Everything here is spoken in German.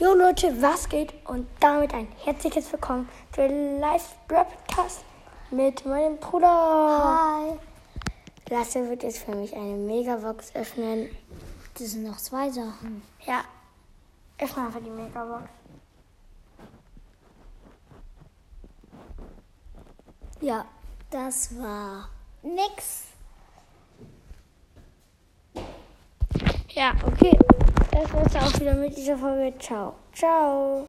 Jo Leute, was geht? Und damit ein herzliches Willkommen zu Live Broadcast mit meinem Bruder. Hi. Lasse wird jetzt für mich eine Megabox öffnen. Das sind noch zwei Sachen. Ja, öffne einfach die Megabox. Ja, das war nix. Ja, okay. Das war's auch wieder mit dieser Folge. Ciao. Ciao.